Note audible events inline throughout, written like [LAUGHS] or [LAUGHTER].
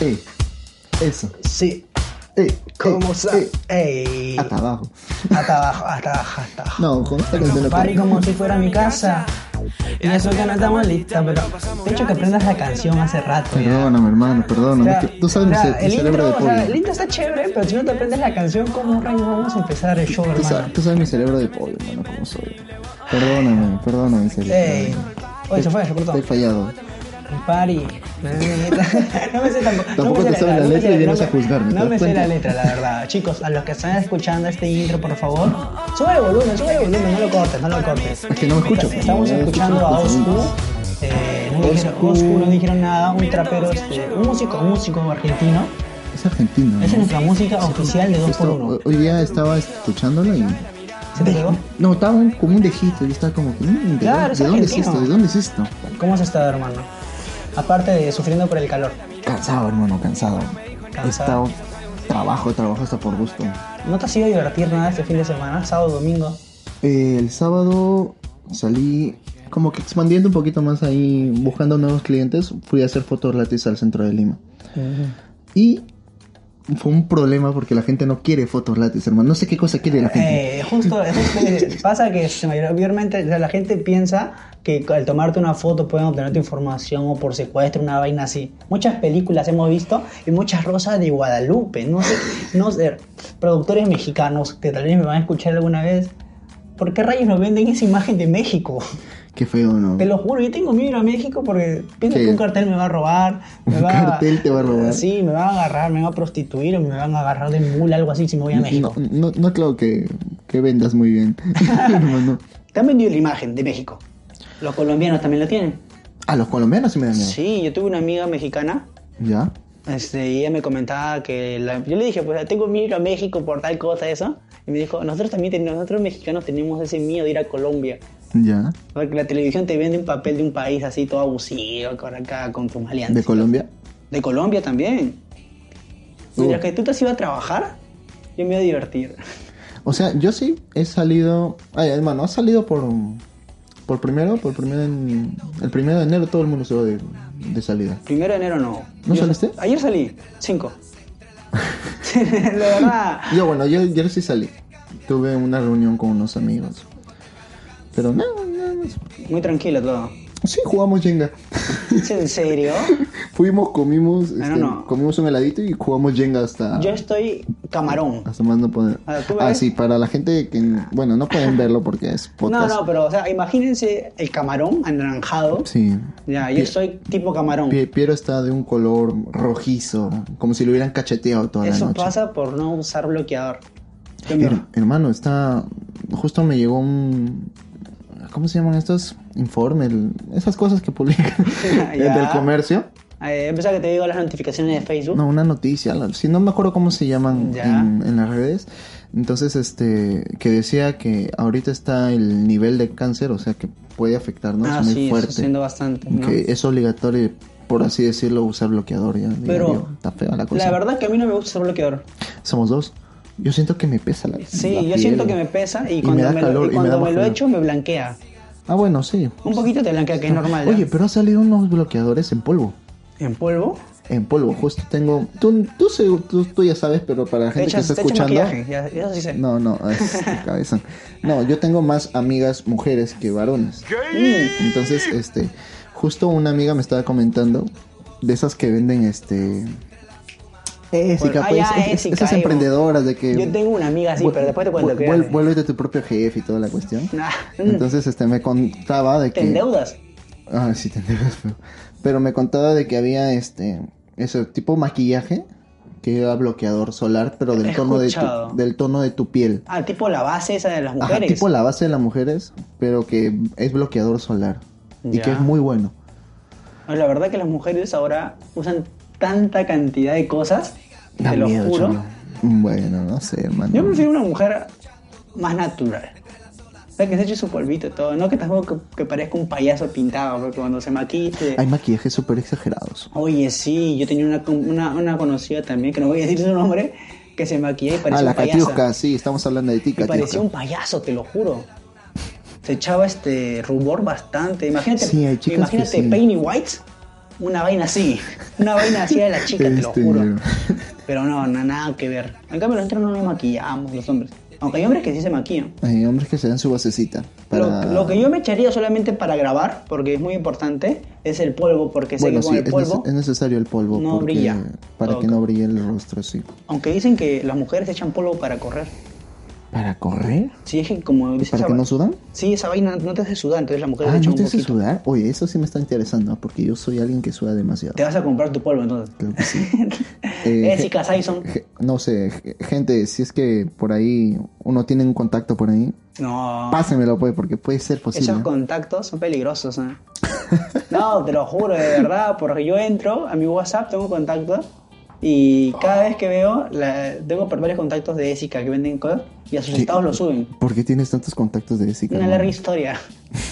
Ey, eso. Sí. Ey, ¿Cómo ey, se...? ey, Ey. hasta abajo. Hasta abajo, hasta abajo, hasta abajo. No, con esta canción no Party puedo. como si fuera mi casa. Y eso que no estamos listas, pero de hecho que aprendas la canción hace rato ya. Perdóname, hermano, perdóname. es que tú sabes o sea, mi ce- mi el cerebro intro, de o sea, pollo. el intro está chévere, pero si no te aprendes la canción, ¿cómo rayos vamos a empezar el show, Tú hermano? sabes, tú sabes mi cerebro de pollo, hermano, como soy. Perdóname, perdóname, en serio. Ey. Oye, se fue, se cortó. Estoy fallado. Party. No me sé tampoco. [LAUGHS] no Tampoco me sé te sabes la no me letra sé y vienes no me- a juzgarme, ¿te No das me sé cuenta? la letra, la verdad. Chicos, a los que están escuchando este intro, por favor, sube el volumen, sube el volumen, no lo cortes, no lo cortes. Es que no me escucho. Estamos no me escuchando escucho, a Oscu. pues, Eh, no, dijeron, Oscu, no dijeron nada, un trapero, este, un músico, un músico argentino. Es argentino. Esa es ¿no? nuestra música oficial de 2x1. Esto- eh, hoy día estaba escuchándolo y. ¿Se te pegó? No, estaba un- como un dejito y estaba como que. mm, ¿de, Claro, dónde- es de dónde es argentino. esto? ¿De dónde es esto? ¿Cómo has estado, hermano? Aparte de sufriendo por el calor. Cansado, hermano, cansado. Cansado. He estado. Trabajo, trabajo hasta por gusto. ¿No te has ido a divertir nada este fin de semana? Sábado, domingo. Eh, el sábado salí como que expandiendo un poquito más ahí, buscando nuevos clientes. Fui a hacer fotos gratis al centro de Lima. Y fue un problema porque la gente no quiere fotos gratis, hermano. No sé qué cosa quiere la gente. Eh, justo, justo pasa que se- mayormente o sea, la gente piensa que al tomarte una foto pueden obtener tu información o por secuestro, una vaina así. Muchas películas hemos visto y muchas rosas de Guadalupe. No sé, no sé, productores mexicanos que tal vez me van a escuchar alguna vez. ¿Por qué rayos nos venden esa imagen de México? Qué feo, ¿no? Te lo juro, yo tengo miedo a México porque pienso ¿Qué? que un cartel me va a robar. Me ¿Un va cartel te va a robar? Sí, me va a agarrar, me va a prostituir o me van a agarrar de mula, algo así, si me voy a México. No, no, no creo que, que vendas muy bien, [LAUGHS] hermano. Te han vendido la imagen de México. Los colombianos también la tienen. A los colombianos sí me dan miedo. Sí, yo tuve una amiga mexicana. ¿Ya? Este, y ella me comentaba que la- yo le dije, pues tengo miedo a México por tal cosa, eso. Y me dijo, nosotros también, ten- nosotros mexicanos tenemos ese miedo de ir a Colombia. ¿Ya? Porque la televisión te vende un papel de un país así todo abusivo, con acá, con tus ¿De maleantes. Colombia? De Colombia también. Uh. Mientras que tú te has ido a trabajar, yo me iba a divertir. O sea, yo sí he salido. Ay, hermano, ha salido por. Por primero, por primero en- El primero de enero todo el mundo se va de, de salida. Primero de enero no. ¿No Yo- saliste? Ayer salí, cinco. [LAUGHS] la verdad. Yo, bueno, yo, yo sí salí. Tuve una reunión con unos amigos. Pero no, no, no. Muy tranquilo todo. Sí, jugamos Jenga. [LAUGHS] ¿Es en serio? Fuimos, comimos. este, Ah, no, no. Comimos un heladito y jugamos Jenga hasta. Yo estoy camarón. Hasta más no poder. Ah, ¿tú Ah, ves? sí, para la gente que. Bueno, no pueden verlo porque es No, podcast. no, pero o sea, imagínense el camarón anaranjado. Sí. Ya, yo soy tipo camarón. Pie- Piero está de un color rojizo, como si lo hubieran cacheteado toda la Eso noche. pasa por no usar bloqueador. Yo Her- miro. hermano, está. Justo me llegó un. ¿Cómo se llaman estos? Informes, el- esas cosas que publican [LAUGHS] [LAUGHS] Ya. del comercio. Eh, empezaba que te digo las notificaciones de Facebook. No, una noticia, la- si no me acuerdo cómo se llaman Ya. en, en las redes. Entonces, este, que decía que ahorita está el nivel de cáncer, o sea que puede afectarnos ah, muy sí, fuerte. eso siendo bastante. ¿no? Que es obligatorio, por así decirlo, usar bloqueador ya. Pero- diario. está fea la cosa. La verdad que a mí no me gusta usar bloqueador. Somos dos. Yo siento que me pesa la Sí, la yo piel. siento que me pesa Y y, me cuando da me, calor lo, y y me cuando da me lo bajones. echo me blanquea. Ah, bueno, sí. Un poquito te blanquea, que es normal. ¿ya? Oye, pero han salido unos bloqueadores en polvo. ¿En polvo? En polvo, justo tengo. Tú, tú, se- tú- tú ya sabes, pero para la Te gente echas, que te está echas escuchando. maquillaje, ya, eso sí sé. No, no, es mi cabeza. No, yo tengo más amigas mujeres que varones. Entonces, este, justo una amiga me estaba comentando de esas que venden este. Ésica, ah, pues, ya, es- es- ésica, esas ahí, emprendedoras de que. Yo tengo una amiga así, Vuel- Ah, pero después te cuento vuel- que... vuel- Vuélvete tu propio jefe y toda [LAUGHS] la cuestión. Nah. Entonces, este, me contaba de que. ¿Te endeudas? Ah, sí, te endeudas, pero- Pero me contaba de que había este. Ese tipo maquillaje que era bloqueador solar, pero del He tono de escuchado. tu, del tono de tu piel. Ah, tipo la base esa de las Ajá, mujeres. tipo la base de las mujeres, pero que es bloqueador solar. Y Ya. que es muy bueno. No, la verdad que las mujeres ahora usan tanta cantidad de cosas, Da te lo miedo, juro. cholo. Bueno, no sé, hermano. Yo prefiero una mujer más natural. O sea, que se eche su polvito y todo. No que tampoco que, que parezca un payaso pintado, porque cuando se maquille... Hay maquillajes súper exagerados. Oye, sí, yo tenía una, una, una conocida también, que no voy a decir su nombre, que se maquillaba y Ah, parecía la un payaso. Katiuska, sí, estamos hablando de ti, Y parecía Katiuska. un payaso, te lo juro. Se echaba este rubor bastante. Imagínate, Sí, hay chicas que imagínate sí. Penny White, una vaina así. Una vaina así de la chica, te lo Este, juro. no. Pero no, na- nada que ver. En cambio, nosotros no nos maquillamos, los hombres. Aunque hay hombres que sí se maquillan. Hay hombres que se dan su basecita. Para... Lo, lo que yo me echaría solamente para grabar, porque es muy importante, es el polvo, porque Bueno, sé sí, que es, con el polvo, nece- es necesario el polvo. no porque- brilla. Para Ok. que no brille el rostro, sí. aunque dicen que las mujeres echan polvo para correr. ¿Para correr? Sí, es que como... dice ¿Para esa que va- no sudan? Sí, esa vaina no te hace sudar, entonces las mujeres Ah, echan ¿no un te hace poquito. sudar? Oye, eso sí me está interesando, ¿ah? porque yo soy alguien que suda demasiado. Te vas a comprar tu polvo entonces. Creo que sí. [LAUGHS] Eh, Jessica [LAUGHS] Sison. Je- No sé, je- gente, si es que por ahí uno tiene un contacto por ahí, No. pásenmelo, pues, porque puede ser posible. Esos contactos son peligrosos, [LAUGHS] ¿eh? No, te lo juro, de verdad, porque yo entro a mi WhatsApp, tengo contactos y cada vez que veo, la- tengo varios contactos de Jessica que venden cosas y a sus Sí. estados lo suben. ¿Por qué tienes tantos contactos de Jessica? Una hermano? larga historia.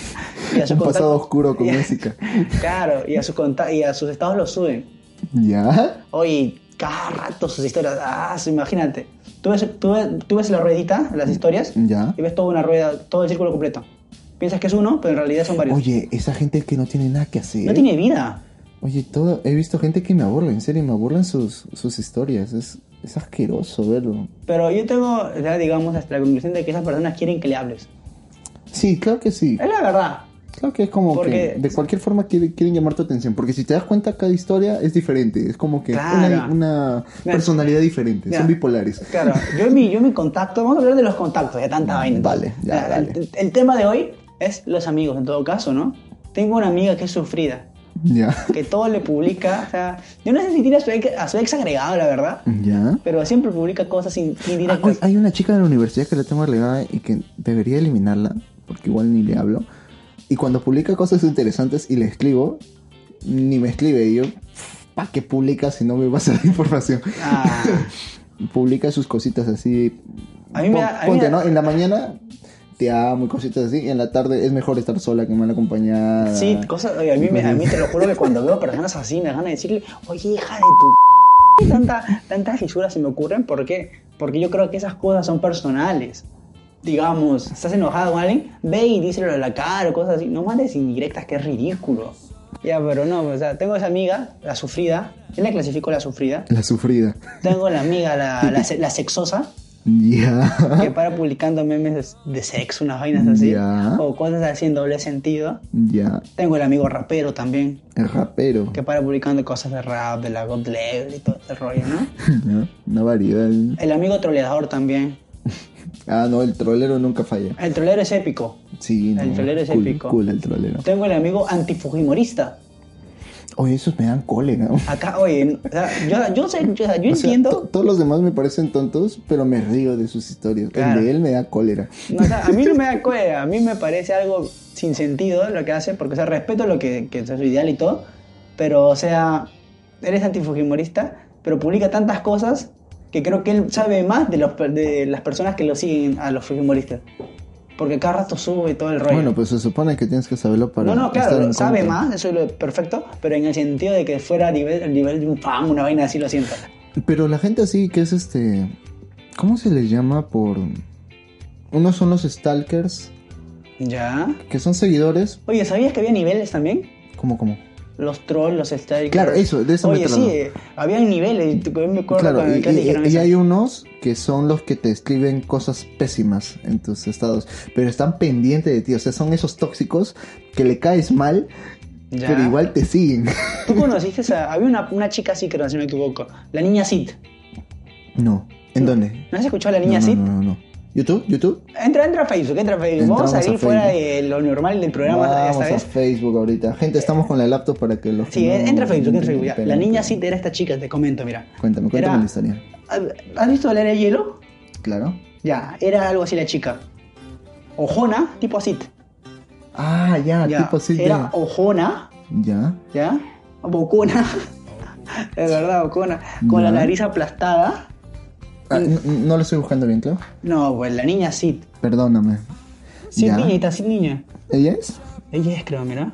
[LAUGHS] Y a sus Un pasado contactos- oscuro [LAUGHS] con y a- Jessica. Claro, y a, sus conta- y a sus estados lo suben. ¿Ya? Oye, cada rato sus historias. Ah, sí, imagínate. Tú ves, tú ves- tú ves la ruedita, las historias, Ya. y ves toda una rueda, todo el círculo completo. Piensas que es uno, pero en realidad son varios. Oye, esa gente que no tiene nada que hacer. no tiene vida. Oye, todo, he visto gente que me aburre, en serio, me aburren sus, sus historias. Es, es asqueroso verlo. Pero yo tengo, ya digamos, hasta la conclusión de que esas personas quieren que le hables. Sí, claro que sí. Es la verdad. Claro que es como Porque- que de cualquier forma quiere- quieren llamar tu atención. Porque si te das cuenta, cada historia es diferente. Es como que Claro. una, una Mira. personalidad diferente. Mira. Son bipolares. Claro, yo en mi, yo en mi contacto, vamos a hablar de los contactos, de tanta vaina. Vale, ya, Mira, el- dale. el tema de hoy es los amigos, en todo caso, ¿no? Tengo una amiga que es sufrida. Ya. [LAUGHS] que todo le publica. O sea, yo no sé si tiene a su ex, a su ex agregado, la verdad. Ya. Pero siempre publica cosas in- Ah, oye, indirectas. hay una chica de la universidad que la tengo relegada y que debería eliminarla, porque igual ni le hablo. Y cuando publica cosas interesantes y le escribo, ni me escribe. Y yo, ¿para qué publica si no me vas a dar [LAUGHS] información? Ah, [LAUGHS] publica sus cositas así. A mí me da- a mí ponte, me da- ¿no? En la mañana te amo y cositas así. Y en la tarde es mejor estar sola que mal acompañada. sí, cosas. oye, a, mí me- a mí te lo juro que cuando veo personas así me van a decirle, oye, hija de tu. p- Tanta, tantas fisuras se me ocurren. ¿Por qué? Porque yo creo que esas cosas son personales. Digamos, estás enojado con alguien, ve y díselo a la cara o cosas así. No mandes indirectas, que es ridículo. Ya, pero no, o sea, tengo esa amiga, la sufrida. Yo la clasifico la sufrida. La sufrida. [LAUGHS] Tengo la amiga, la, la, se- la sexosa. Ya. que para publicando memes de sexo, unas vainas así, Ya. o cosas así en doble sentido. Ya. Tengo el amigo rapero también, El rapero. que para publicando cosas de rap, de la God Level y todo ese rollo, [LAUGHS] ¿no? Ya, Una variedad. El amigo troleador también. Ah, no, el trolero nunca falla. El trolero es épico. Sí, El no, trolero es cool, épico. cool el trolero. Tengo el amigo antifujimorista. Oye, esos me dan cólera. O sea, Acá, oye, o sea, yo, yo, sé, yo, o sea, yo to- entiendo. todos los demás me parecen tontos, pero me río de sus historias. Claro. El de él me da cólera. no, o sea, a mí no me da cueva, a mí me parece algo sin sentido lo que hace, porque o sea, respeto lo que, que es su ideal y todo, pero o sea, eres antifujimorista, pero publica tantas cosas que creo que él sabe más de, los, per- de las personas que lo siguen a los fujimoristas. Porque cada rato sube todo el rollo. Bueno, pues se supone que tienes que saberlo para. no, no, estar claro, en sabe contra. más, eso es lo perfecto, pero en el sentido de que fuera a nivel, al nivel de un fan, una vaina así, lo siento. Pero la gente así que es este. ¿Cómo se les llama por.? Unos son los stalkers, Ya. que son seguidores. Oye, ¿sabías que había niveles también? ¿Cómo, cómo? Los trolls, los strikers. Claro, eso, de eso me Oye, sí, trataba. eh, había niveles. tú- Yo me acuerdo Claro, cuando y, en clase y- dijeron y eso. hay unos que son los que te escriben cosas pésimas en tus estados, pero están pendientes de ti, o sea, son esos tóxicos que le caes mal, Ya. pero igual te siguen. [LAUGHS] Tú conociste a. Había una, una chica así, creo, si no me equivoco. La niña Sid. No, ¿en dónde? ¿No has escuchado a la No, niña no, Sid? no, no, no. ¿YouTube? ¿YouTube? Entra, entra a Facebook, entra a Facebook. Entramos Vamos a salir a fuera Facebook. de lo normal del programa Vamos esta a vez. Facebook ahorita. Gente, estamos con la laptop para que los... que Sí, no- entra a Facebook, entra a Facebook. ya. La Esperen, niña esperen. Sid era esta chica, te comento, mira. Cuéntame, cuéntame Era- la historia. ¿Has visto la era de hielo? Claro. Ya, era algo así la chica. Ojona, tipo Sid. Ah, ya, Ya, Ah, tipo así. era ya. ojona, Ya. ¿ya? [LAUGHS] Bocona. Es verdad, Bocona. Con la Ya. nariz aplastada. Ah, n- n- no lo estoy buscando bien, claro. No, pues la niña Sid. Perdóname. Sid Ya. niña, está Sid niña. ¿Ella es? Ella es, creo, mira.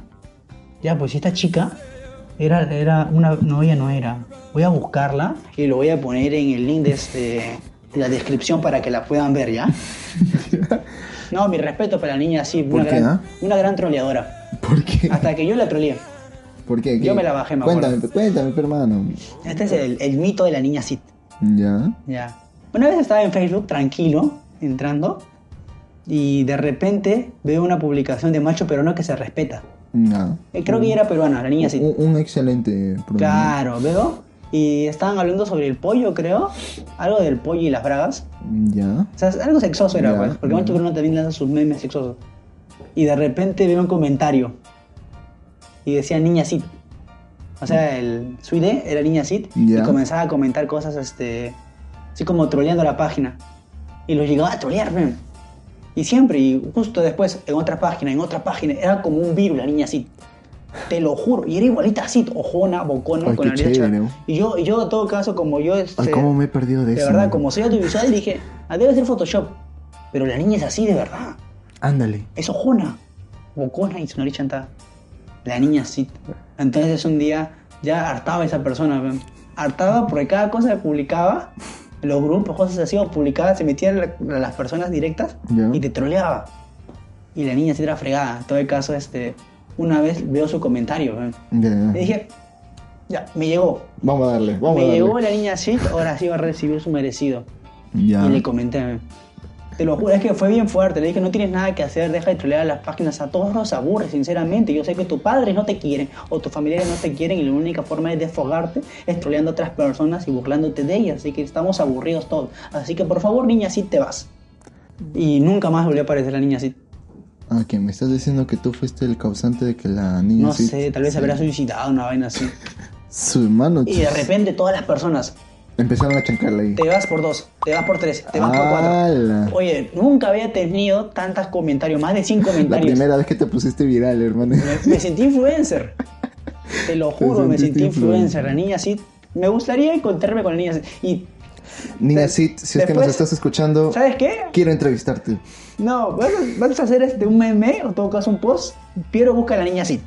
Ya, pues esta chica era, era una. No, ella no era. Voy a buscarla y lo voy a poner en el link de, este- de la descripción para que la puedan [LAUGHS] ver, ¿ya? No, mi respeto para la niña Sid. Una, ¿Por qué, gran, ah? una [LAUGHS] gran troleadora. ¿Por [LAUGHS] qué? Hasta que yo la troleé. ¿Por qué? Yo ¿Qué? me la bajé, me acuerdo. Cuéntame, pe- cuéntame, pe, hermano. Este es el, el mito de la niña Sid. Ya. Ya. Una vez estaba en Facebook tranquilo, entrando, y de repente veo una publicación de macho peruano que se respeta. Ya. Eh, Creo que ella era peruana, la niña sí. Un, un excelente problema. Claro, veo. Y estaban hablando sobre el pollo, creo. Algo del pollo y las bragas. Ya. O sea, algo sexoso era, Ya, pues. Porque macho peruano también lanza sus memes sexosos. Y de repente veo un comentario. Y decía niña Sid. O sea, el suide era niña Sid. Y Ya. comenzaba a comentar cosas, este. Así como troleando la página. Y lo llegaba a trolear, men. Y siempre, y justo después, en otra página, en otra página. Era como un virus la niña Sid. Te lo juro. Y era igualita a Sid. Ojona, bocona, Ay, con la qué derecha. chévere. Y yo, y yo, en todo caso, como yo. Ay, este, cómo me he perdido de, de eso. verdad, man. como soy audiovisual, dije, ah, debe ser Photoshop. Pero la niña es así, de verdad. Ándale. Es ojona. Bocona y su nariz chantada. La niña sí. Entonces un día ya hartaba a esa persona. weón. Hartaba porque cada cosa que publicaba, en los grupos, cosas así, o publicaba, se metían la- las personas directas Ya. y te troleaba. Y la niña sí era fregada. En todo el caso, este, una vez veo su comentario. weón. Ya. Le dije, ya, me llegó. Vamos a darle, vamos a me darle. llegó la niña sí, ahora sí va a recibir su merecido. Ya. Y le comenté, te lo juro, es que fue bien fuerte. Le dije, no tienes nada que hacer, deja de trolear las páginas. A todos nos aburre, sinceramente. Yo sé que tus padres no te quieren o tus familiares no te quieren y la única forma de desfogarte es troleando a otras personas y burlándote de ellas. Así que estamos aburridos todos. Así que por favor, niña, sí te vas. Y nunca más volvió a aparecer la niña así. Ah, que me estás diciendo que tú fuiste el causante de que la niña. No sí- sé, tal vez se habrá suicidado una vaina así. Su hermano. Y de chis. repente todas las personas, Empezaron a chancarla ahí. te vas por dos, te vas por tres, te vas por cuatro. ¡Hala! Oye, nunca había tenido tantos comentarios, más de 100 La comentarios. primera vez que te pusiste viral, hermano. Me, me sentí influencer. Te lo Te juro, me sentiste sentí influencer. influencer. La niña sí. Me gustaría encontrarme con la niña sí. Y, Niña, sí, si es que nos Después- estás escuchando, ¿sabes qué? quiero entrevistarte. No, vas a, vas a hacer este, un meme, o en todo caso un post. Piero busca a la niña sí.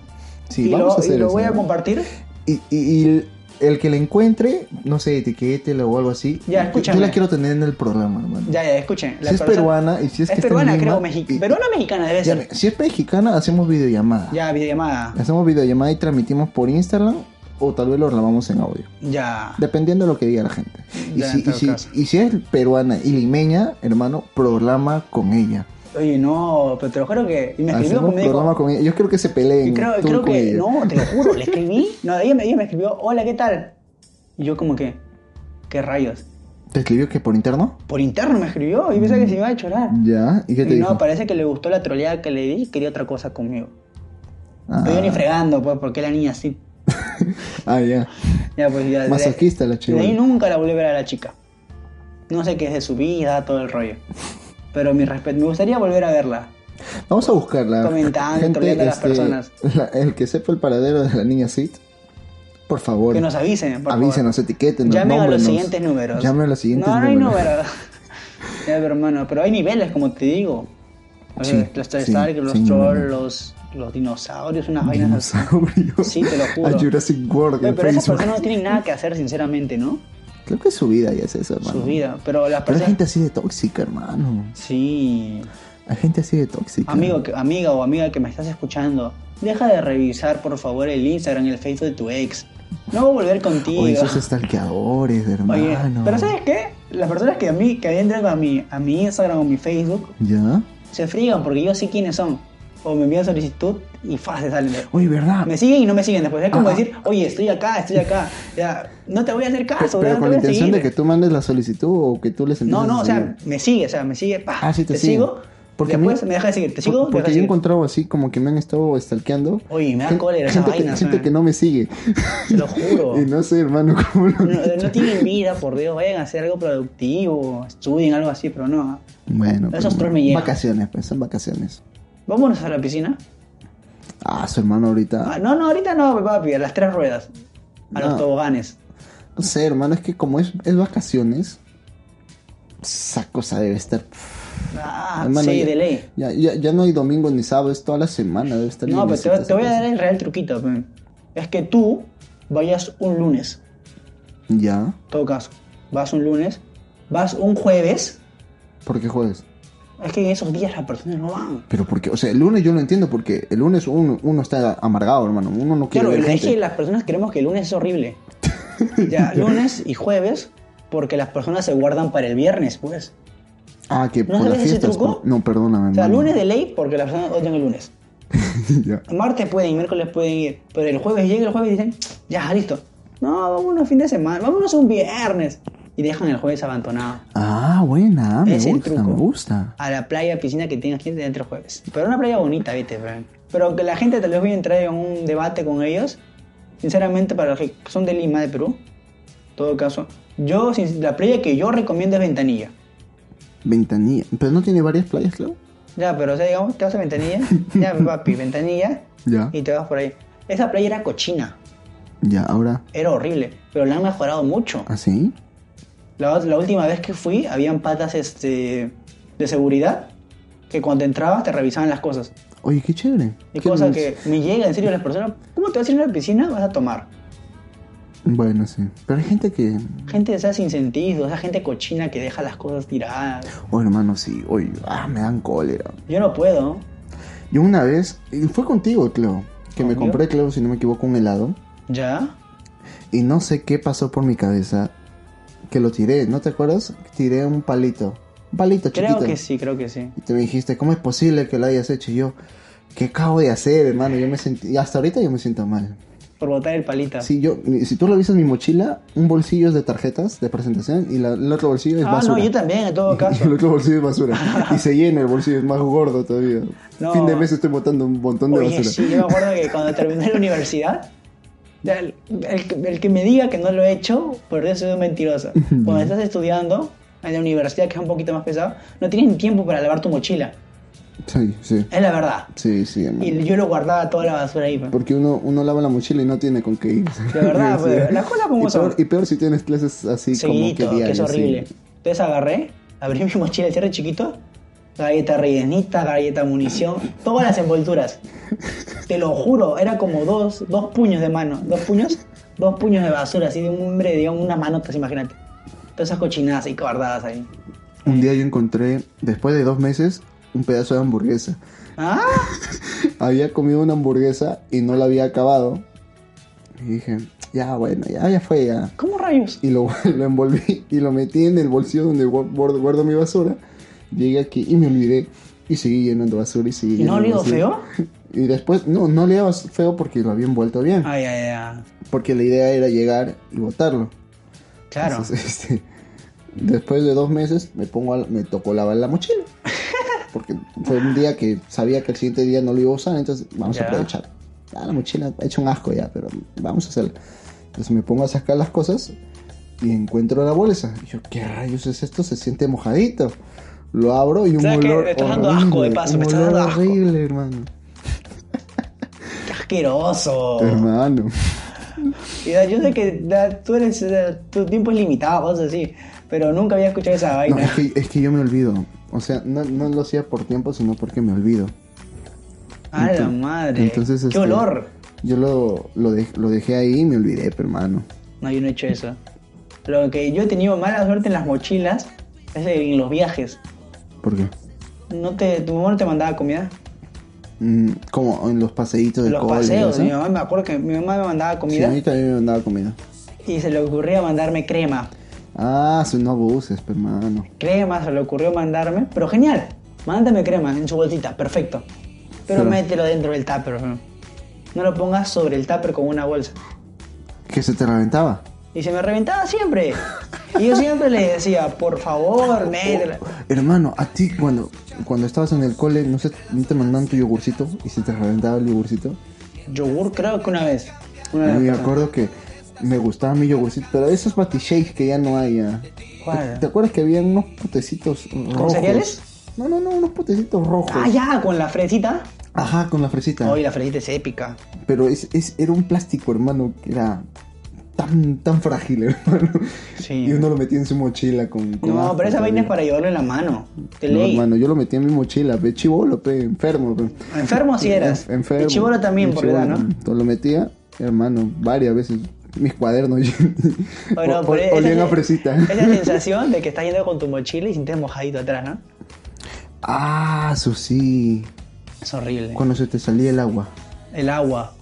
Sí, y vamos lo, a hacer y lo eso. voy a compartir. Y, y- y el- el que la encuentre, no sé, etiquétela o algo así. Ya, Yo- escúchame. Yo la quiero tener en el programa, hermano. Ya, ya, escuchen. la Si es persona- peruana y si es que Es está en peruana, Lima, creo, y- mexicana. Peruana o mexicana debe Ya, ser. si es mexicana, hacemos videollamada. Ya, videollamada. Hacemos videollamada y transmitimos por Instagram o tal vez lo grabamos en audio. Ya. Dependiendo de lo que diga la gente. Y, Ya, si, en todo y si- caso. y si es peruana y limeña, hermano, programa con ella. Oye, no, pero te lo juro que. Y me escribió Hacemos como me dijo. programa con ella. Yo creo que se peleen. Y creo, tú creo con que, ella. no, te lo juro, le escribí. No, ella me, ella me escribió, hola, ¿qué tal? Y yo como que, ¿qué rayos? ¿Te escribió que por interno? Por interno me escribió y pensaba que se me iba a chorar. Ya. ¿Y qué te Y dijo? no, parece que le gustó la troleada que le di y quería otra cosa conmigo. ah, Pero yo ni fregando, pues, porque la niña así. ah, ya. Ya, pues, ya, de- Masoquista la chica. De ahí nunca la volví a ver a la chica. No sé qué es de su vida, todo el rollo. Pero mi respeto, me gustaría volver a verla. Vamos a buscarla. Comentando, troleando a las personas. este, [LAUGHS] la- el que sepa el paradero de la niña Sid, por favor, Que nos avisen, por favor. avísenos, etiqueten, Llamen a los siguientes números. Llamen a los siguientes no, no números. [LAUGHS] hay números. ya, pero, hermano, pero hay niveles, como te digo. O sea, Sí, los sí, Starstark, los sí, trolls, no, no. los, los dinosaurios, unas vainas así. Dinosaurios. Sí, te lo juro. A Jurassic World. Oye, en pero esas Facebook. personas no tienen nada que hacer, sinceramente, ¿no? Creo que su vida ya es eso, hermano. Su vida. Pero Pero las hay personas. gente así de tóxica, hermano. Sí. Hay gente así de tóxica. Amigo, que- amiga o amiga que me estás escuchando, deja de revisar, por favor, el Instagram, el Facebook de tu ex. No voy a volver contigo. O esos stalkeadores, Oye, hermano. pero ¿sabes qué? Las personas que a mí, que entran a mi, a mi Instagram o mi Facebook, ¿Ya? se friegan porque yo sé quiénes son. O me envían solicitud y fácil salen. de- Oye, ¿verdad? Me siguen y no me siguen después. Es como Ajá. decir, oye, estoy acá, estoy acá. Ya, no te voy a hacer caso. ya, Pero con la no te voy a intención de seguir. que tú mandes la solicitud o que tú les No, empieces no, a o sea, seguir. me sigue, o sea, me sigue, pa, Ah, sí, te sigue. sigo. Porque a mí- después me deja de seguir, te Por- sigo, me deja porque de yo he seguir. encontrado así como que me han estado stalkeando. Oye, me da Gen- cólera esas gente, que- vainas. gente man. que no me sigue. Te lo [LAUGHS] juro. y no sé, hermano, cómo lo No, [LAUGHS] no tienen vida, por Dios, vayan a hacer algo productivo, estudien algo así, pero no. ¿ah? Bueno, pues, Esos pero trolls me llegan. vacaciones, pues, son vacaciones. Vámonos a la piscina. Ah, su hermano Ah, ahorita. No, no, ahorita no, papi, a las tres ruedas. A No. los toboganes. No sé, hermano, es que como es, es vacaciones, esa cosa debe estar. Ah, Hermano, sí, ya- de ley. Ya, ya, ya no hay domingo ni sábado, es toda la semana, debe estar No, pero te, llenecita te voy a esa pues. dar el real truquito. pe. Es que tú vayas un lunes, cosa. Ya. en todo caso. Vas un lunes, vas un jueves. ¿Por qué jueves? Es que en esos días las personas no van. Pero porque, o sea, el lunes yo lo entiendo porque el lunes uno, uno está amargado, hermano. Uno no quiere Claro, ver es gente. que las personas creemos que el lunes [LAUGHS] es horrible. Ya, lunes y jueves, porque las personas se guardan para el viernes, pues. Ah, que ¿No por las sabías ese fiestas. truco? por- No, perdóname, O sea, hermano. lunes de ley, porque las personas odian el lunes. [LAUGHS] Ya. Martes pueden ir, miércoles pueden ir, pero el jueves llega el jueves y dicen, ya, listo. No, vámonos fin de semana, vámonos un viernes. Y dejan el jueves abandonado. Ah, buena, me Es el gusta, truco. me gusta. A la playa, piscina que tengas que ir dentro el jueves. Pero una playa bonita, viste, pero- Pero aunque la gente tal vez voy a entrar en un debate con ellos, sinceramente para los que son de Lima, de Perú, en todo caso, yo, sin- la playa que yo recomiendo es Ventanilla. Ventanilla. Pero no tiene varias playas, claro. Ya, pero o sea, digamos, te vas a Ventanilla, ya, papi, Ventanilla, Ya. y te vas por ahí. Esa playa era cochina. Ya, ahora. Era horrible, pero la han mejorado mucho. ¿Así? La, la última vez que fui, habían patas este, de seguridad que cuando entrabas te revisaban las cosas. Oye, qué chévere. Y Qué cosa luz. que me llega en serio las personas, ¿cómo te vas a ir a la piscina? Vas a tomar. Bueno, sí. Pero hay gente que. Gente esa sin sentido, esa gente cochina que deja las cosas tiradas. Oh, hermano, sí. Oye, ah, me dan cólera. Yo no puedo. Yo una vez. y Fue contigo, Cleo. Que me ¿Conmigo? compré, Cleo, si no me equivoco, un helado. ¿Ya? Y no sé qué pasó por mi cabeza. Que lo tiré, ¿no te acuerdas? Tiré un palito. Un palito Creo chiquito. que sí, creo que sí. Y tú me dijiste, ¿cómo es posible que lo hayas hecho? Y yo, ¿qué acabo de hacer, hermano? Yo me sentí. Hasta ahorita yo me siento mal. Por botar el palita. Si, yo, si tú revisas mi mochila, un bolsillo es de tarjetas de presentación y la- el otro bolsillo es ah, basura. no, yo también, en todo Y [LAUGHS] el caso. otro bolsillo es basura. Y se llena el bolsillo, es más gordo todavía. No. Fin de mes estoy botando un montón de Oye, basura. sí, yo me acuerdo que cuando terminé la universidad, ya el, el que- el que me diga que no lo he hecho, por eso es [LAUGHS] un mentiroso. Cuando estás estudiando en la universidad, que es un poquito más pesado, no tienes ni tiempo para lavar tu mochila. Sí, sí. Es la verdad. Sí, sí, hermano. Y yo lo guardaba toda la basura ahí. pues. pe. Porque uno, uno lava la mochila y no tiene con qué ir. [LAUGHS] De verdad, pues, las cosas como y son. peor, y peor si tienes clases así como que seguidito, que, diarias. es horrible. sí. Entonces agarré, abrí [LAUGHS] mi mochila de cierre chiquito, galleta rellenita, galleta munición, todas las envolturas. Te lo juro, era como dos, dos puños de mano, dos puños, dos puños de basura, así de un hombre, digamos, unas manotas, imagínate. Todas esas cochinadas ahí guardadas ahí. Un día yo encontré, después de dos meses, un pedazo de hamburguesa. [LAUGHS] ¿Ah? había comido una hamburguesa y no la había acabado. Y dije, ya bueno, ya, ya fue, ya. ¿Cómo rayos? Y lo, [LAUGHS] lo envolví y lo metí en el bolsillo donde guar- guardo, guardo mi basura. Llegué aquí y me olvidé. Y seguí llenando basura y seguí ¿Y no llenando olido basura. feo? [LAUGHS] Y después, no, no olía bas- feo porque lo había envuelto bien. Ay, ay, ay. Porque la idea era llegar y botarlo. Claro. Entonces, [LAUGHS] este, después de dos meses me pongo a- me tocó lavar la mochila. [LAUGHS] Porque fue un día que sabía que el siguiente día no lo iba a usar, entonces vamos Ya. a aprovechar. Ah, la mochila ha hecho un asco ya, pero vamos a hacerla. Entonces me pongo a sacar las cosas y encuentro la bolsa. Y yo, ¿qué rayos es esto? Se siente mojadito. Lo abro y un ¿Sabes qué? olor Me estás dando asco de paso, un me estás olor dando asco. horrible, hermano. Qué asqueroso. Hermano. Y da- Yo sé que da- tú eres, eh, tu tiempo es limitado, cosas así, pero nunca había escuchado esa No, vaina. es que, es que yo me olvido. O sea, no, no lo hacía por tiempo, sino porque me olvido. A la Ento- madre. entonces, Qué este, olor. Yo lo, lo, dej- lo dejé ahí y me olvidé, pero hermano. No, yo no he hecho eso. Lo que yo he tenido mala suerte en las mochilas es en los viajes. ¿Por qué? No te, tu mamá no te mandaba comida. Mm, como en los paseitos de Los cole, paseos, ¿no? mi mamá me acuerdo que mi mamá me mandaba Sí, a comida mí también me mandaba comida. y se le ocurría mandarme crema. Ah, si no abuses, pero hermano. Crema se le ocurrió mandarme, pero genial. Mándame crema en su bolsita, perfecto. Pero Claro. mételo dentro del tupper. ¿no? no lo pongas sobre el tupper con una bolsa. Que se te reventaba. Y se me reventaba siempre. Y yo siempre le decía, [LAUGHS] por favor, métela. Hermano, a ti cuando, cuando estabas en el cole, ¿no, se, ¿no te mandaban tu yogurcito? ¿Y se te reventaba el yogurcito? Yogur creo que una vez. Una A vez mí me pasó. acuerdo que me gustaba mi yogurcito, pero esos batishakes que ya no hay ya. ¿Cuál? ¿Te, te acuerdas que había unos potecitos rojos? cereales? No, no, no, unos potecitos rojos. Ah, ya, con la fresita. Ajá, con la fresita. Hoy la fresita es épica. Pero es, es, era un plástico, hermano, que era tan, tan frágil, [LAUGHS] hermano. Sí. Y uno lo metía en su mochila con... con No, asco, pero esa vaina todavía. es para llevarlo en la mano. Te No, leí. hermano, yo lo metía en mi mochila, pe, chivolo, pe, enfermo, pe. Enfermo si eras. En- enfermo. Y chivolo también, Y por edad, ¿no? chibolo. Lo metía, hermano, varias veces. Mis cuadernos. [LAUGHS] Bueno, o- pero o- esa- olían a fresita. [LAUGHS] Esa sensación de que estás yendo con tu mochila y sientes mojadito atrás, ¿no? Ah, eso sí. Es horrible. Cuando se te salía el agua. El agua.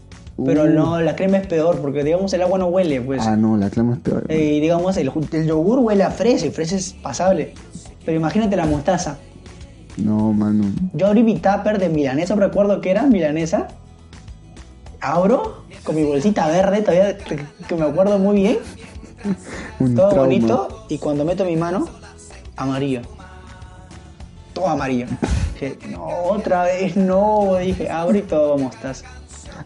Pero Uh. no, la crema es peor porque, digamos, el agua no huele, pues. Ah, no, la clama es peor. Eh, Y, digamos, el, ju- el yogur huele a fresa y fresa es pasable. Pero imagínate la mostaza. No, mano. Yo abrí mi tupper de milanesa, recuerdo que era milanesa. Abro con mi bolsita verde, todavía que- que me acuerdo muy bien. Un Todo trauma. bonito y cuando meto mi mano, amarillo. [LAUGHS] Todo amarillo. Dije, no, otra vez no. Dije, abro y todo mostaza.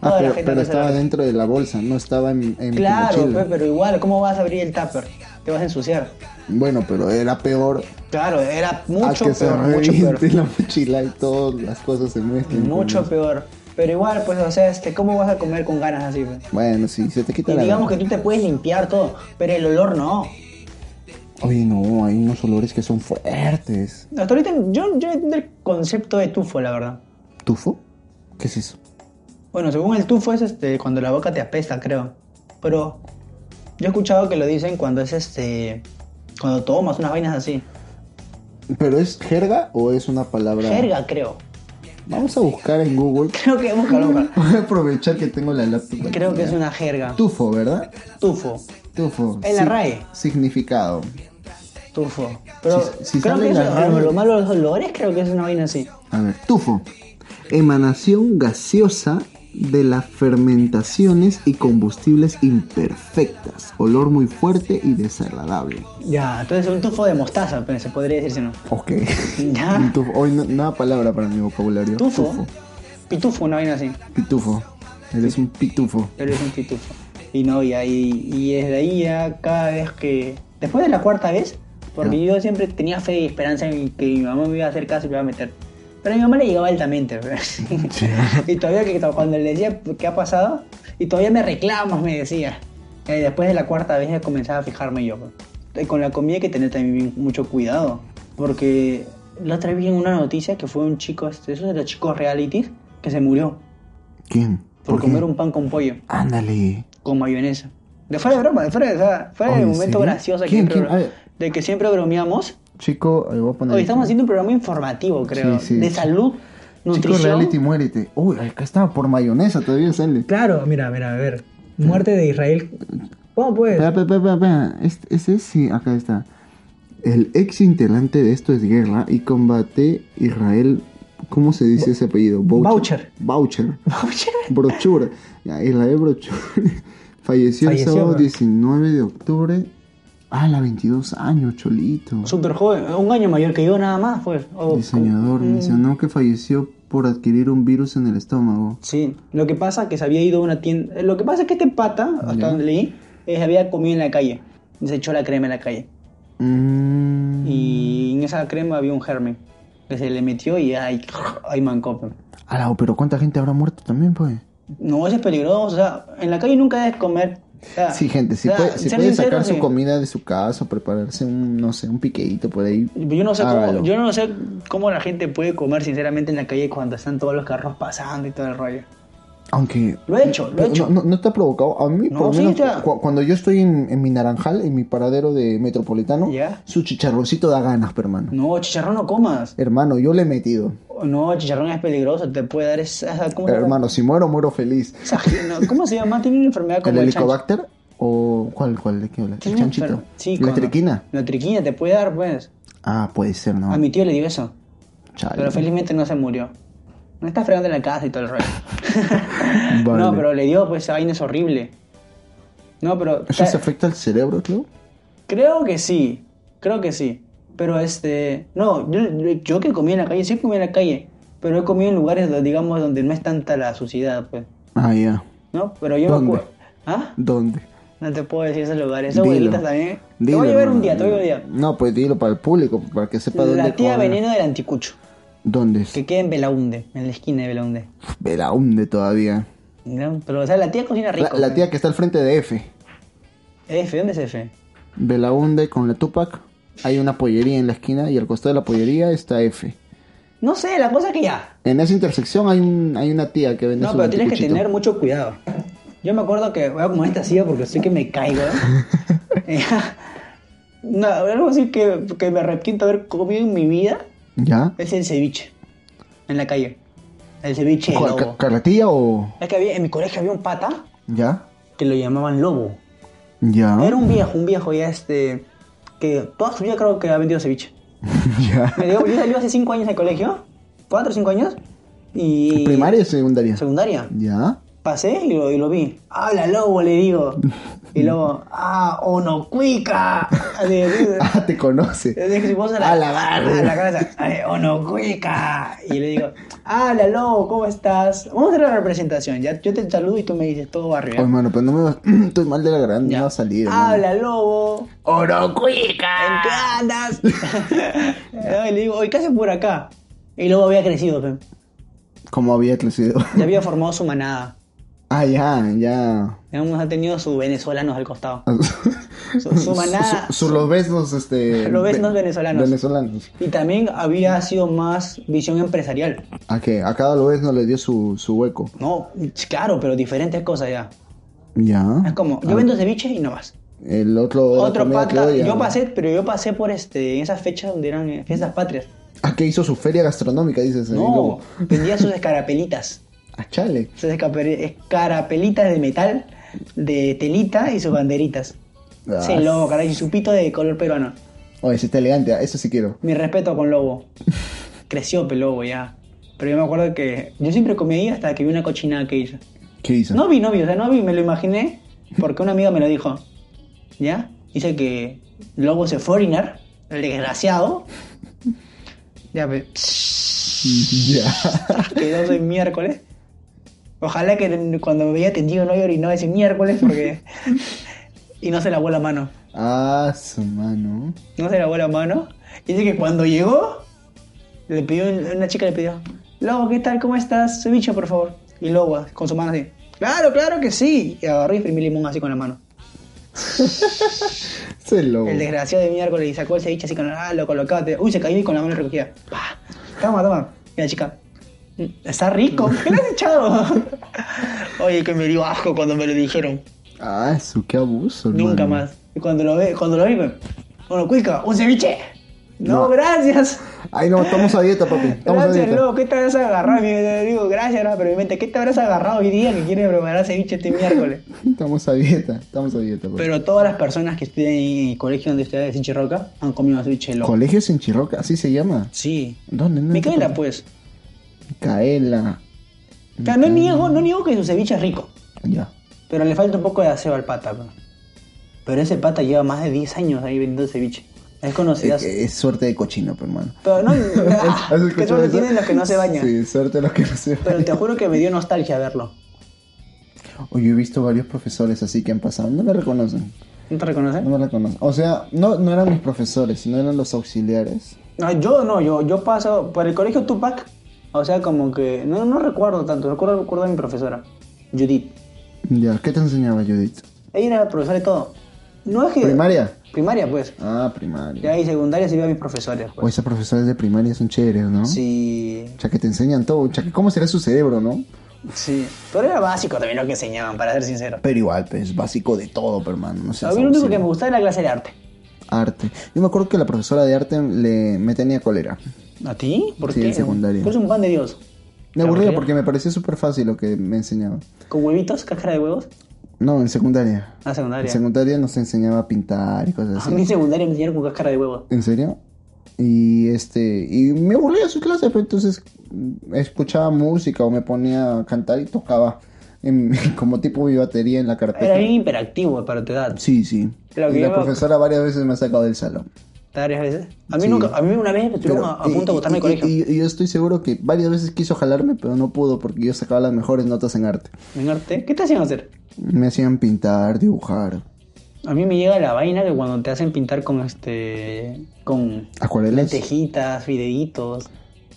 Ah, Toda la pero, gente pero me estaba sabe. dentro de la bolsa, no estaba en, en tu Claro, mochila. pe, pero igual, ¿cómo vas a abrir el tupper? Te vas a ensuciar. Bueno, pero era peor Claro, era mucho a Ah, que se peor, mucho peor. reviente [LAUGHS] la mochila y todas las cosas se mezclen. Mucho peor. peor. Pero igual, pues, o sea, este, ¿cómo vas a comer con ganas así? pe? Bueno, sí, se te quita Y la digamos que tú te puedes limpiar todo, pero el olor no. Oye, no, hay unos olores que son fuertes. Hasta ahorita yo, yo entiendo el concepto de tufo, la verdad. ¿Tufo? ¿Qué es eso? Bueno, según el tufo es este, cuando la boca te apesta, creo. Pero yo he escuchado que lo dicen cuando es este. Cuando tomas unas vainas así. ¿Pero es jerga o es una palabra? Jerga, creo. [LAUGHS] Vamos a buscar en Google. Creo que, búscalo, búscalo. [LAUGHS] Voy a aprovechar que tengo la laptop. Creo que es una jerga. Tufo, ¿verdad? Tufo. Tufo. En la Sig- RAE. Significado. Tufo. Pero Si- si creo sale que la eso- jerga- lo malo de los olores, creo que es una vaina así. A ver, tufo. Emanación gaseosa de las fermentaciones y combustibles imperfectas. Olor muy fuerte y desagradable. Ya, entonces un tufo de mostaza, pues, se podría decirse, ¿no? Ok. Ya. Un [LAUGHS] tufo. Hoy no, nueva palabra para mi vocabulario. Tufo. Pitufo, una vaina así. Pitufo. Eres un pitufo. Pero es un pitufo. Y no, y ahí, y desde ahí ya cada vez que. Después de la cuarta vez, porque yo siempre tenía fe y esperanza en que mi mamá me iba a hacer caso y me iba a meter. Pero a mi mamá le llegaba altamente. ¿verdad? [LAUGHS] y todavía que cuando le decía qué ha pasado, y todavía me reclamas, me decía. Y después de la cuarta vez ya comenzaba a fijarme yo. pues. Y con la comida hay que tener también mucho cuidado. Porque la otra vez vi en una noticia que fue un chico, este, esos de los chicos realities, que se murió ¿Quién? por qué? comer un pan con pollo Ándale. con mayonesa. De fuera de broma, de fuera de, o sea, fuera Oye, de ¿en momento serio? gracioso que ¿Quién, siempre- quién? A ver. de que siempre bromeamos. Chico, ahí voy a poner. Hoy estamos haciendo un programa informativo, creo, Sí, sí. de salud, Chico, nutrición. reality, muérete. Uy, acá estaba por mayonesa, todavía sale. Claro, mira, mira, a ver. Muerte de Israel. ¿Cómo puedes? Espera, espera, espera, espera. Este- Ese sí, acá está. El ex integrante de Esto es Guerra y Combate Israel. ¿Cómo se dice ese apellido? Boucher. Boucher. Brochur. Ya, Israel Brochur. [LAUGHS] Falleció, el Falleció, sábado bro. 19 de octubre. Ah, la 22 años, cholito. [LAUGHS] Súper joven, un año mayor que yo nada más, pues. O- Diseñador mencionó que falleció por adquirir un virus en el estómago. Sí, lo que pasa que se había ido a una tienda. Lo que pasa es que este pata, hasta Ya. donde leí, eh, había comido en la calle. Y se echó la crema en la calle. Mm. Y en esa crema había un germen que se le metió y ay, ay mancó. pues. Alao, pero ¿cuánta gente habrá muerto también, pues? No, eso es peligroso. O sea, en la calle nunca debes comer. O sea, Sí, gente, si o sea, eh. puede, si ser puede sincero, sacar su sí. comida de su casa, prepararse un, no sé, un piqueíto por ahí. Yo no, sé cómo, hágalo. yo no sé cómo la gente puede comer sinceramente en la calle cuando están todos los carros pasando y todo el rollo. Aunque... Lo he hecho, lo he Pero hecho. No, no- no te ha provocado? A mí, No, por lo sí, menos, ya. cu- cuando yo estoy en, en mi naranjal, en mi paradero de metropolitano, Ya. su chicharroncito da ganas, pero, hermano. No, chicharrón no comas. Hermano, yo le he metido. No, chicharrón es peligroso. Te puede dar esa... esa- ¿Cómo, Pero, se llama? hermano, si muero, muero feliz. Esa- no, ¿cómo se llama? Tiene una enfermedad ¿El como el chancho. helicobacter? ¿O cuál? cuál ¿De qué hablas? ¿El Tiene una chanchito? enfer- Sí, ¿La con- triquina? La triquina te puede dar, pues. Ah, puede ser, ¿no? A mi tío le dio eso. Chale. Pero felizmente no se murió. No está fregando en la casa y todo [LAUGHS] el rollo. No, Vale. pero le dio, pues esa vaina es horrible. No, pero. ¿Eso ta- se afecta al cerebro, creo? Creo que sí. Creo que sí. Pero este. No, yo, yo que comí en la calle, sí comí en la calle. Pero he comido en lugares, do- digamos, donde no es tanta la suciedad, pues. Ah, ya. ¿No? Pero yo me ¿Dónde? acuer- ¿Ah? ¿Dónde? No te puedo decir esos lugares. Esas Dilo. abuelitas también. Dilo, te voy a llevar hermano, un día, te voy a dilo. llevar un día. No, pues dilo para el público, para que sepa dónde La tía comer. veneno del anticucho. ¿Dónde es? Que quede en Belaunde, en la esquina de Belaunde. Belaunde todavía. ¿No? Pero, o sea, la tía La, cocina rico. la tía que está al frente de F. F, ¿dónde es F? Belaunde con la Tupac. Hay una pollería en la esquina y al costado de la pollería está F. No sé, la cosa es que ya. En esa intersección hay, un, hay una tía que vende No, su pero tienes que anticuchito. tener mucho cuidado. Yo me acuerdo que voy a como esta silla porque sé que [LAUGHS] me caigo. ¿eh? no, algo así que, que me arrepiento de haber comido en mi vida ¿Ya? es el ceviche en la calle. El ceviche de ¿Cuál, lobo. ca- ¿Carretilla o...? Es que había, en mi colegio había un pata ¿Ya? que lo llamaban lobo. ¿Ya? Era un viejo, un viejo ya este. que toda su vida creo que ha vendido ceviche. [LAUGHS] ¿Ya? Me dio- Yo salí hace 5 años del colegio, 4 o 5 años, y. ¿Primaria o secundaria? Secundaria. ¿Ya? [LAUGHS] Pasé y lo, y lo vi. Habla lobo, le digo. Y luego, ah, ono cuica. Ah, te conoce. Deje su voz a A la, la barra. a la cabeza. Ay, Ono cuica. Y le digo, habla lobo, ¿cómo estás? Vamos a hacer la representación. Ya, yo te saludo y tú me dices todo barrio. Oye, ¿ya? mano, pero no me vas... [CLEARS THROAT] Estoy mal de la gran... Ya. No va a salir, Habla lobo. ¿En qué ¡Orocuica! andas? y le digo, oye, ¿qué haces por acá? Y luego había crecido, pe. Como había crecido. [LAUGHS] ya había formado su manada. Ah, ya, ya. Digamos, ha tenido sus venezolanos al costado. Su, su [LAUGHS] manada. Su- su- los besos, este... [LAUGHS] Los besos ve- venezolanos. Venezolanos. Y también había sido más visión empresarial. ¿A qué? A cada vez no le dio su, su hueco. No, claro, pero diferentes cosas ya. Ya. Es Ah, como, yo vendo ceviche y no más. El otro... la Otro comida que pata, odia. yo pasé, pero yo pasé por este, en esas fechas donde eran eh, fiestas patrias. ¿A Ah, qué hizo su feria gastronómica, dices? ahí, No, lobo? vendía sus escarapelitas. A chale. Sus escape- escarapelitas de metal, de telita y sus banderitas. Ah, Sí, lobo, caray, y su pito de color peruano. Oye, sí está elegante, ah, eso sí quiero. Mi respeto con Lobo. [LAUGHS] Creció pe Lobo ya. Pero yo me acuerdo que yo siempre comía ahí hasta que vi una cochinada que hizo. ¿Qué hizo? No vi, no vi, o sea, no vi, me lo imaginé porque una amiga me lo dijo. ¿Ya? Dice que Lobo se fue a orinar, el desgraciado. Ya, pe, [LAUGHS] Ya. [LAUGHS] quedó de miércoles. Ojalá que cuando me veía tendido no haya orinado ese miércoles porque... y no se lavó la mano. Ah, su mano. No se lavó la mano. Y dice que cuando llegó, le pidió, una chica le pidió, Lobo, ¿qué tal? ¿Cómo estás? Ceviche, por favor. Y Lobo, con su mano así, claro, claro que sí. Y agarré y exprimí limón así con la mano. Ese lobo. El desgraciado de miércoles y sacó el ceviche así con la ah, lo colocaba, te- uy, se cayó y con la mano recogida. Pa. Toma, toma. Y la chica, "Mm, está rico, ¿qué le has [LAUGHS] echado? Oye, que me dio asco cuando me lo dijeron. Ah, su qué abuso, Nunca hermano. más. Y cuando lo ve, cuando lo vi, me, bueno, cuica, un ceviche. No. no. gracias. Ay, no, estamos a dieta, papi. Estamos a Gracias, dieta. loco, ¿qué te habrás agarrado? Y yo digo, gracias, no, pero mi mente, ¿qué te habrás agarrado hoy día que quieres preparar ceviche este [LAUGHS] miércoles? Estamos a dieta, estamos a dieta, papi. Pero todas las personas que estudian en el colegio donde estudiaba de Roca han comido ceviche loco. Colegios en Chirroca, así se llama. sí. ¿Dónde? No Micaela, entiendo. pues. Micaela. O sea, no niego, no niego que su ceviche es rico, Ya. pero le falta un poco de aseo al pata. ¿no? Pero ese pata lleva más de 10 años ahí vendiendo ceviche. Es conocida. Es, es suerte de cochino, pe, hermano. [LAUGHS] Pero no, ¿Has ah, que escuchado solo eso? tienen los que no se bañan. Sí, suerte de los que no se Pero bañan. te juro que me dio nostalgia verlo. Oye, yo he visto varios profesores así que han pasado. No me reconocen. ¿No te reconoces? No me reconocen. O sea, no, no eran mis profesores, sino eran los auxiliares. No, yo no, yo, yo paso por el colegio Tupac. O sea, como que no, no recuerdo tanto, recuerdo, recuerdo a mi profesora, Judith. Ya, ¿qué te enseñaba Judith? Ella era profesora de todo. No es que. ¿Primaria? Primaria, pues. Ah, Ya primaria. ahí secundaria se vio a mis profesores, O pues. esos profesores de primaria son chéveres, ¿no? Sí. O sea, que te enseñan todo. O sea, que cómo será su cerebro, ¿no? Sí. Pero era básico también lo que enseñaban, para ser sincero. Pero igual, pues, básico de todo, pero hermano. No sé. A mí lo único que me gustaba era la clase de arte. Arte. Yo me acuerdo que la profesora de arte le, me tenía cólera. ¿A ti? ¿Por Sí, qué? en secundaria. Tú eres un pan de Dios. Me aburría aburrida? porque me parecía súper fácil lo que me enseñaba. ¿Con huevitos? ¿Cáscara de huevos? No, en secundaria. Ah, En secundaria. secundaria nos enseñaba a pintar y cosas A así. mí en secundaria me enseñaron con cáscara de huevos. ¿En serio? Y este, y me aburría su clase, pero entonces mm, escuchaba música o me ponía a cantar y tocaba en- [LAUGHS] como tipo mi batería en la carpeta. Era bien hiperactivo para tu edad. Sí, sí. Lo que Y la yo- profesora varias veces me ha sacado del salón. varias veces. A mí Sí. nunca, a mí una vez me estuvieron Pero- a, a punto de y- botarme el y- colegio. y- y yo estoy seguro que varias veces quiso jalarme, pero no pudo porque yo sacaba las mejores notas en arte. En arte, ¿qué te hacían hacer? Me hacían pintar, dibujar, A mí me llega la vaina que cuando te hacen pintar con este. con acuarelas. tejitas, videitos.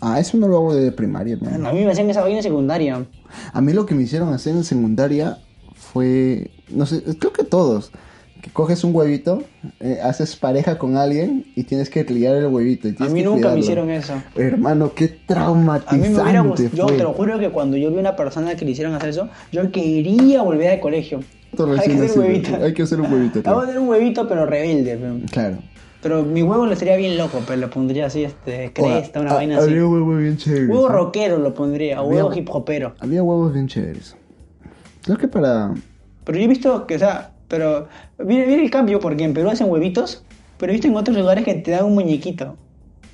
Ah, eso no lo hago de primaria, man. A mí me hacían esa vaina en secundaria. A mí lo que me hicieron hacer en secundaria fue, no sé, creo que todos, que coges un huevito, eh, haces pareja con alguien y tienes que criar el huevito. y A tienes mí que nunca me cuidarlo. hicieron eso. Hermano, qué A mí me hubiera traumatizante gustado. Yo fue. te lo juro que cuando yo vi una persona que le hicieron hacer eso, yo quería volver al colegio. Esto Hay recién que hacer nacido, huevito. hay que hacer un huevito, Vamos a claro. hacer un huevito, pero rebelde. pe. Claro. Pero mi huevo lo sería bien loco, pero lo pondría así, este, cresta, una Ah, vaina así. Había huevos bien chéveres. Huevo ¿eh? rockero lo pondría, o huevo Había- hip hopero. Había huevos bien chéveres. Creo que para... Pero yo he visto que, o sea, pero. Mira, mira el cambio, porque en Perú hacen huevitos, pero he visto en otros lugares que te dan un muñequito,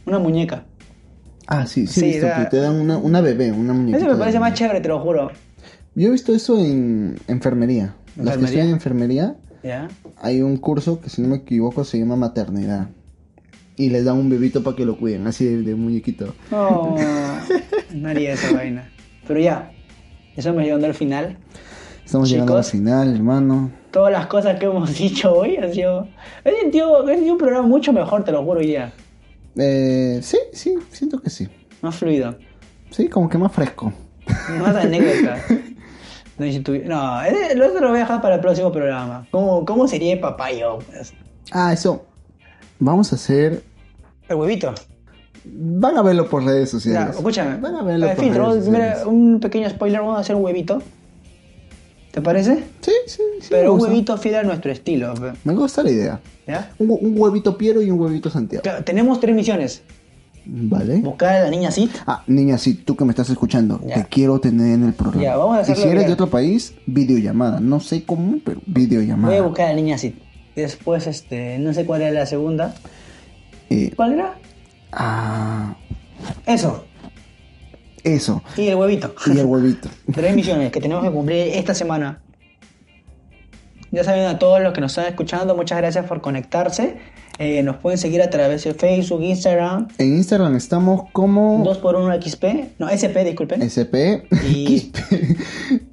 una muñeca. Ah, sí, sí, Sí, he visto era- que te dan una, una bebé, una muñeca. Eso me parece más chévere, te lo juro. Yo he visto eso en enfermería. Las que ¿Enfermería? estudian enfermería, ¿Ya? hay un curso que si no me equivoco se llama maternidad. Y les dan un bebito para que lo cuiden, así de, de muñequito. No, Oh, no haría esa vaina. Pero ya, eso me llegando al final. Estamos llegando al Chicos. final, hermano. Todas las cosas que hemos [LAUGHS] dicho hoy han sido. He sentido, he sentido un programa mucho mejor, te lo juro ya. Eh, sí, sí, siento que sí. Más fluido. Sí, como que más fresco. [LAUGHS] Más anécdota. No, si tuvi- no, ese- lo otro lo voy a dejar para el próximo programa. ¿Cómo, cómo sería el papá yo? pues? Ah, eso. Vamos a hacer. El huevito. Van a verlo por redes Ya, sociales. escúchame. Van a verlo Eh, por filtro, redes mira, sociales. un pequeño spoiler, vamos a hacer un huevito. ¿Te parece? Sí, sí, sí. me Pero un gusta. huevito fiel a nuestro estilo. pe, Me gusta la idea. ¿Ya? Un, hu- un huevito Piero y un huevito Santiago. Claro, tenemos tres misiones. Vale. Buscar a la niña Sid. Ah, niña, sí, tú que me estás escuchando, Ya. te quiero tener en el programa. Ya, vamos a hacerlo y si eres viral. de otro país, videollamada. No sé cómo, pero Voy a videollamada. buscar a la niña Sid. Después, este, no sé cuál era la segunda. Eh, ¿Cuál era? ah, Eso. eso. Y el huevito. Y el huevito. [LAUGHS] Tres misiones que tenemos que cumplir esta semana. Ya saben a todos los que nos están escuchando, muchas gracias por conectarse. Eh, nos pueden seguir a través de Facebook, Instagram, En Instagram estamos como 2x1XP, no, SP, disculpen. SP. Y- [LAUGHS]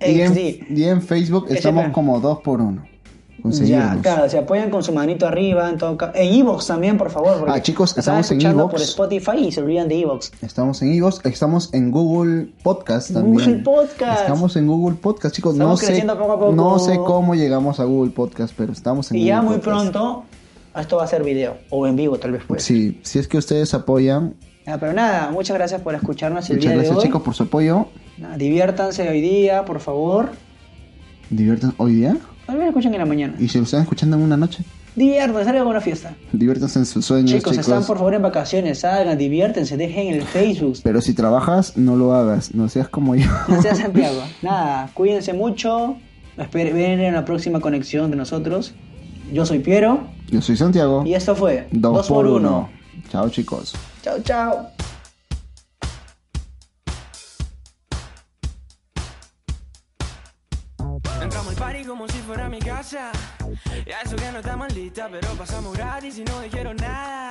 Eh, y, en, XD. y en Facebook estamos SP. como 2x1. E. ya, Conseguimos. claro, se apoyan con su manito arriba, en todo caso. En Evox también, por favor. porque Ah, chicos, nos están estamos en escuchando Evox. por Spotify y se olvidan de Evox. Estamos en iVoox, estamos en Google Podcast también. Google Podcast. Estamos en Google Podcast, chicos. Estamos no sé, creciendo poco a poco. no sé cómo llegamos a Google Podcast, pero estamos en Y ya Google muy Podcast. pronto esto va a ser video o en vivo, tal vez pues. Sí, si es que ustedes apoyan. Ah, pero nada, muchas gracias por escucharnos el Muchas día gracias, de hoy. chicos, por su apoyo. Nada, diviértanse hoy día, por favor. Diviertan hoy día. Tal vez lo escuchen en la mañana. Y si lo están escuchando en una noche, Diviértanse, salgan a una fiesta. diviértanse en sus sueños, Chicos, chicos. están por favor en vacaciones, salgan, diviértense, dejen [LAUGHS] el Facebook. Pero si trabajas, no lo hagas. No seas como yo. No sean Santiago. Nada, cuídense mucho. Esperen en la próxima conexión de nosotros. Yo soy Piero [LAUGHS] Yo soy Santiago. y esto fue 2 2 por por 1 1 Chao, chicos. Chao, chao. Entramos al party como si fuera mi casa. Ya eso que no está maldita, pero pasamos gratis y no dijeron nada.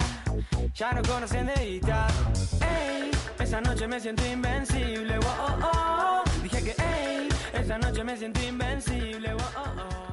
Ya no conocen de guitarra. Ey, esa noche me siento invencible. wow, oh, oh. Dije que, ey, esa noche me siento invencible. wow, oh, oh.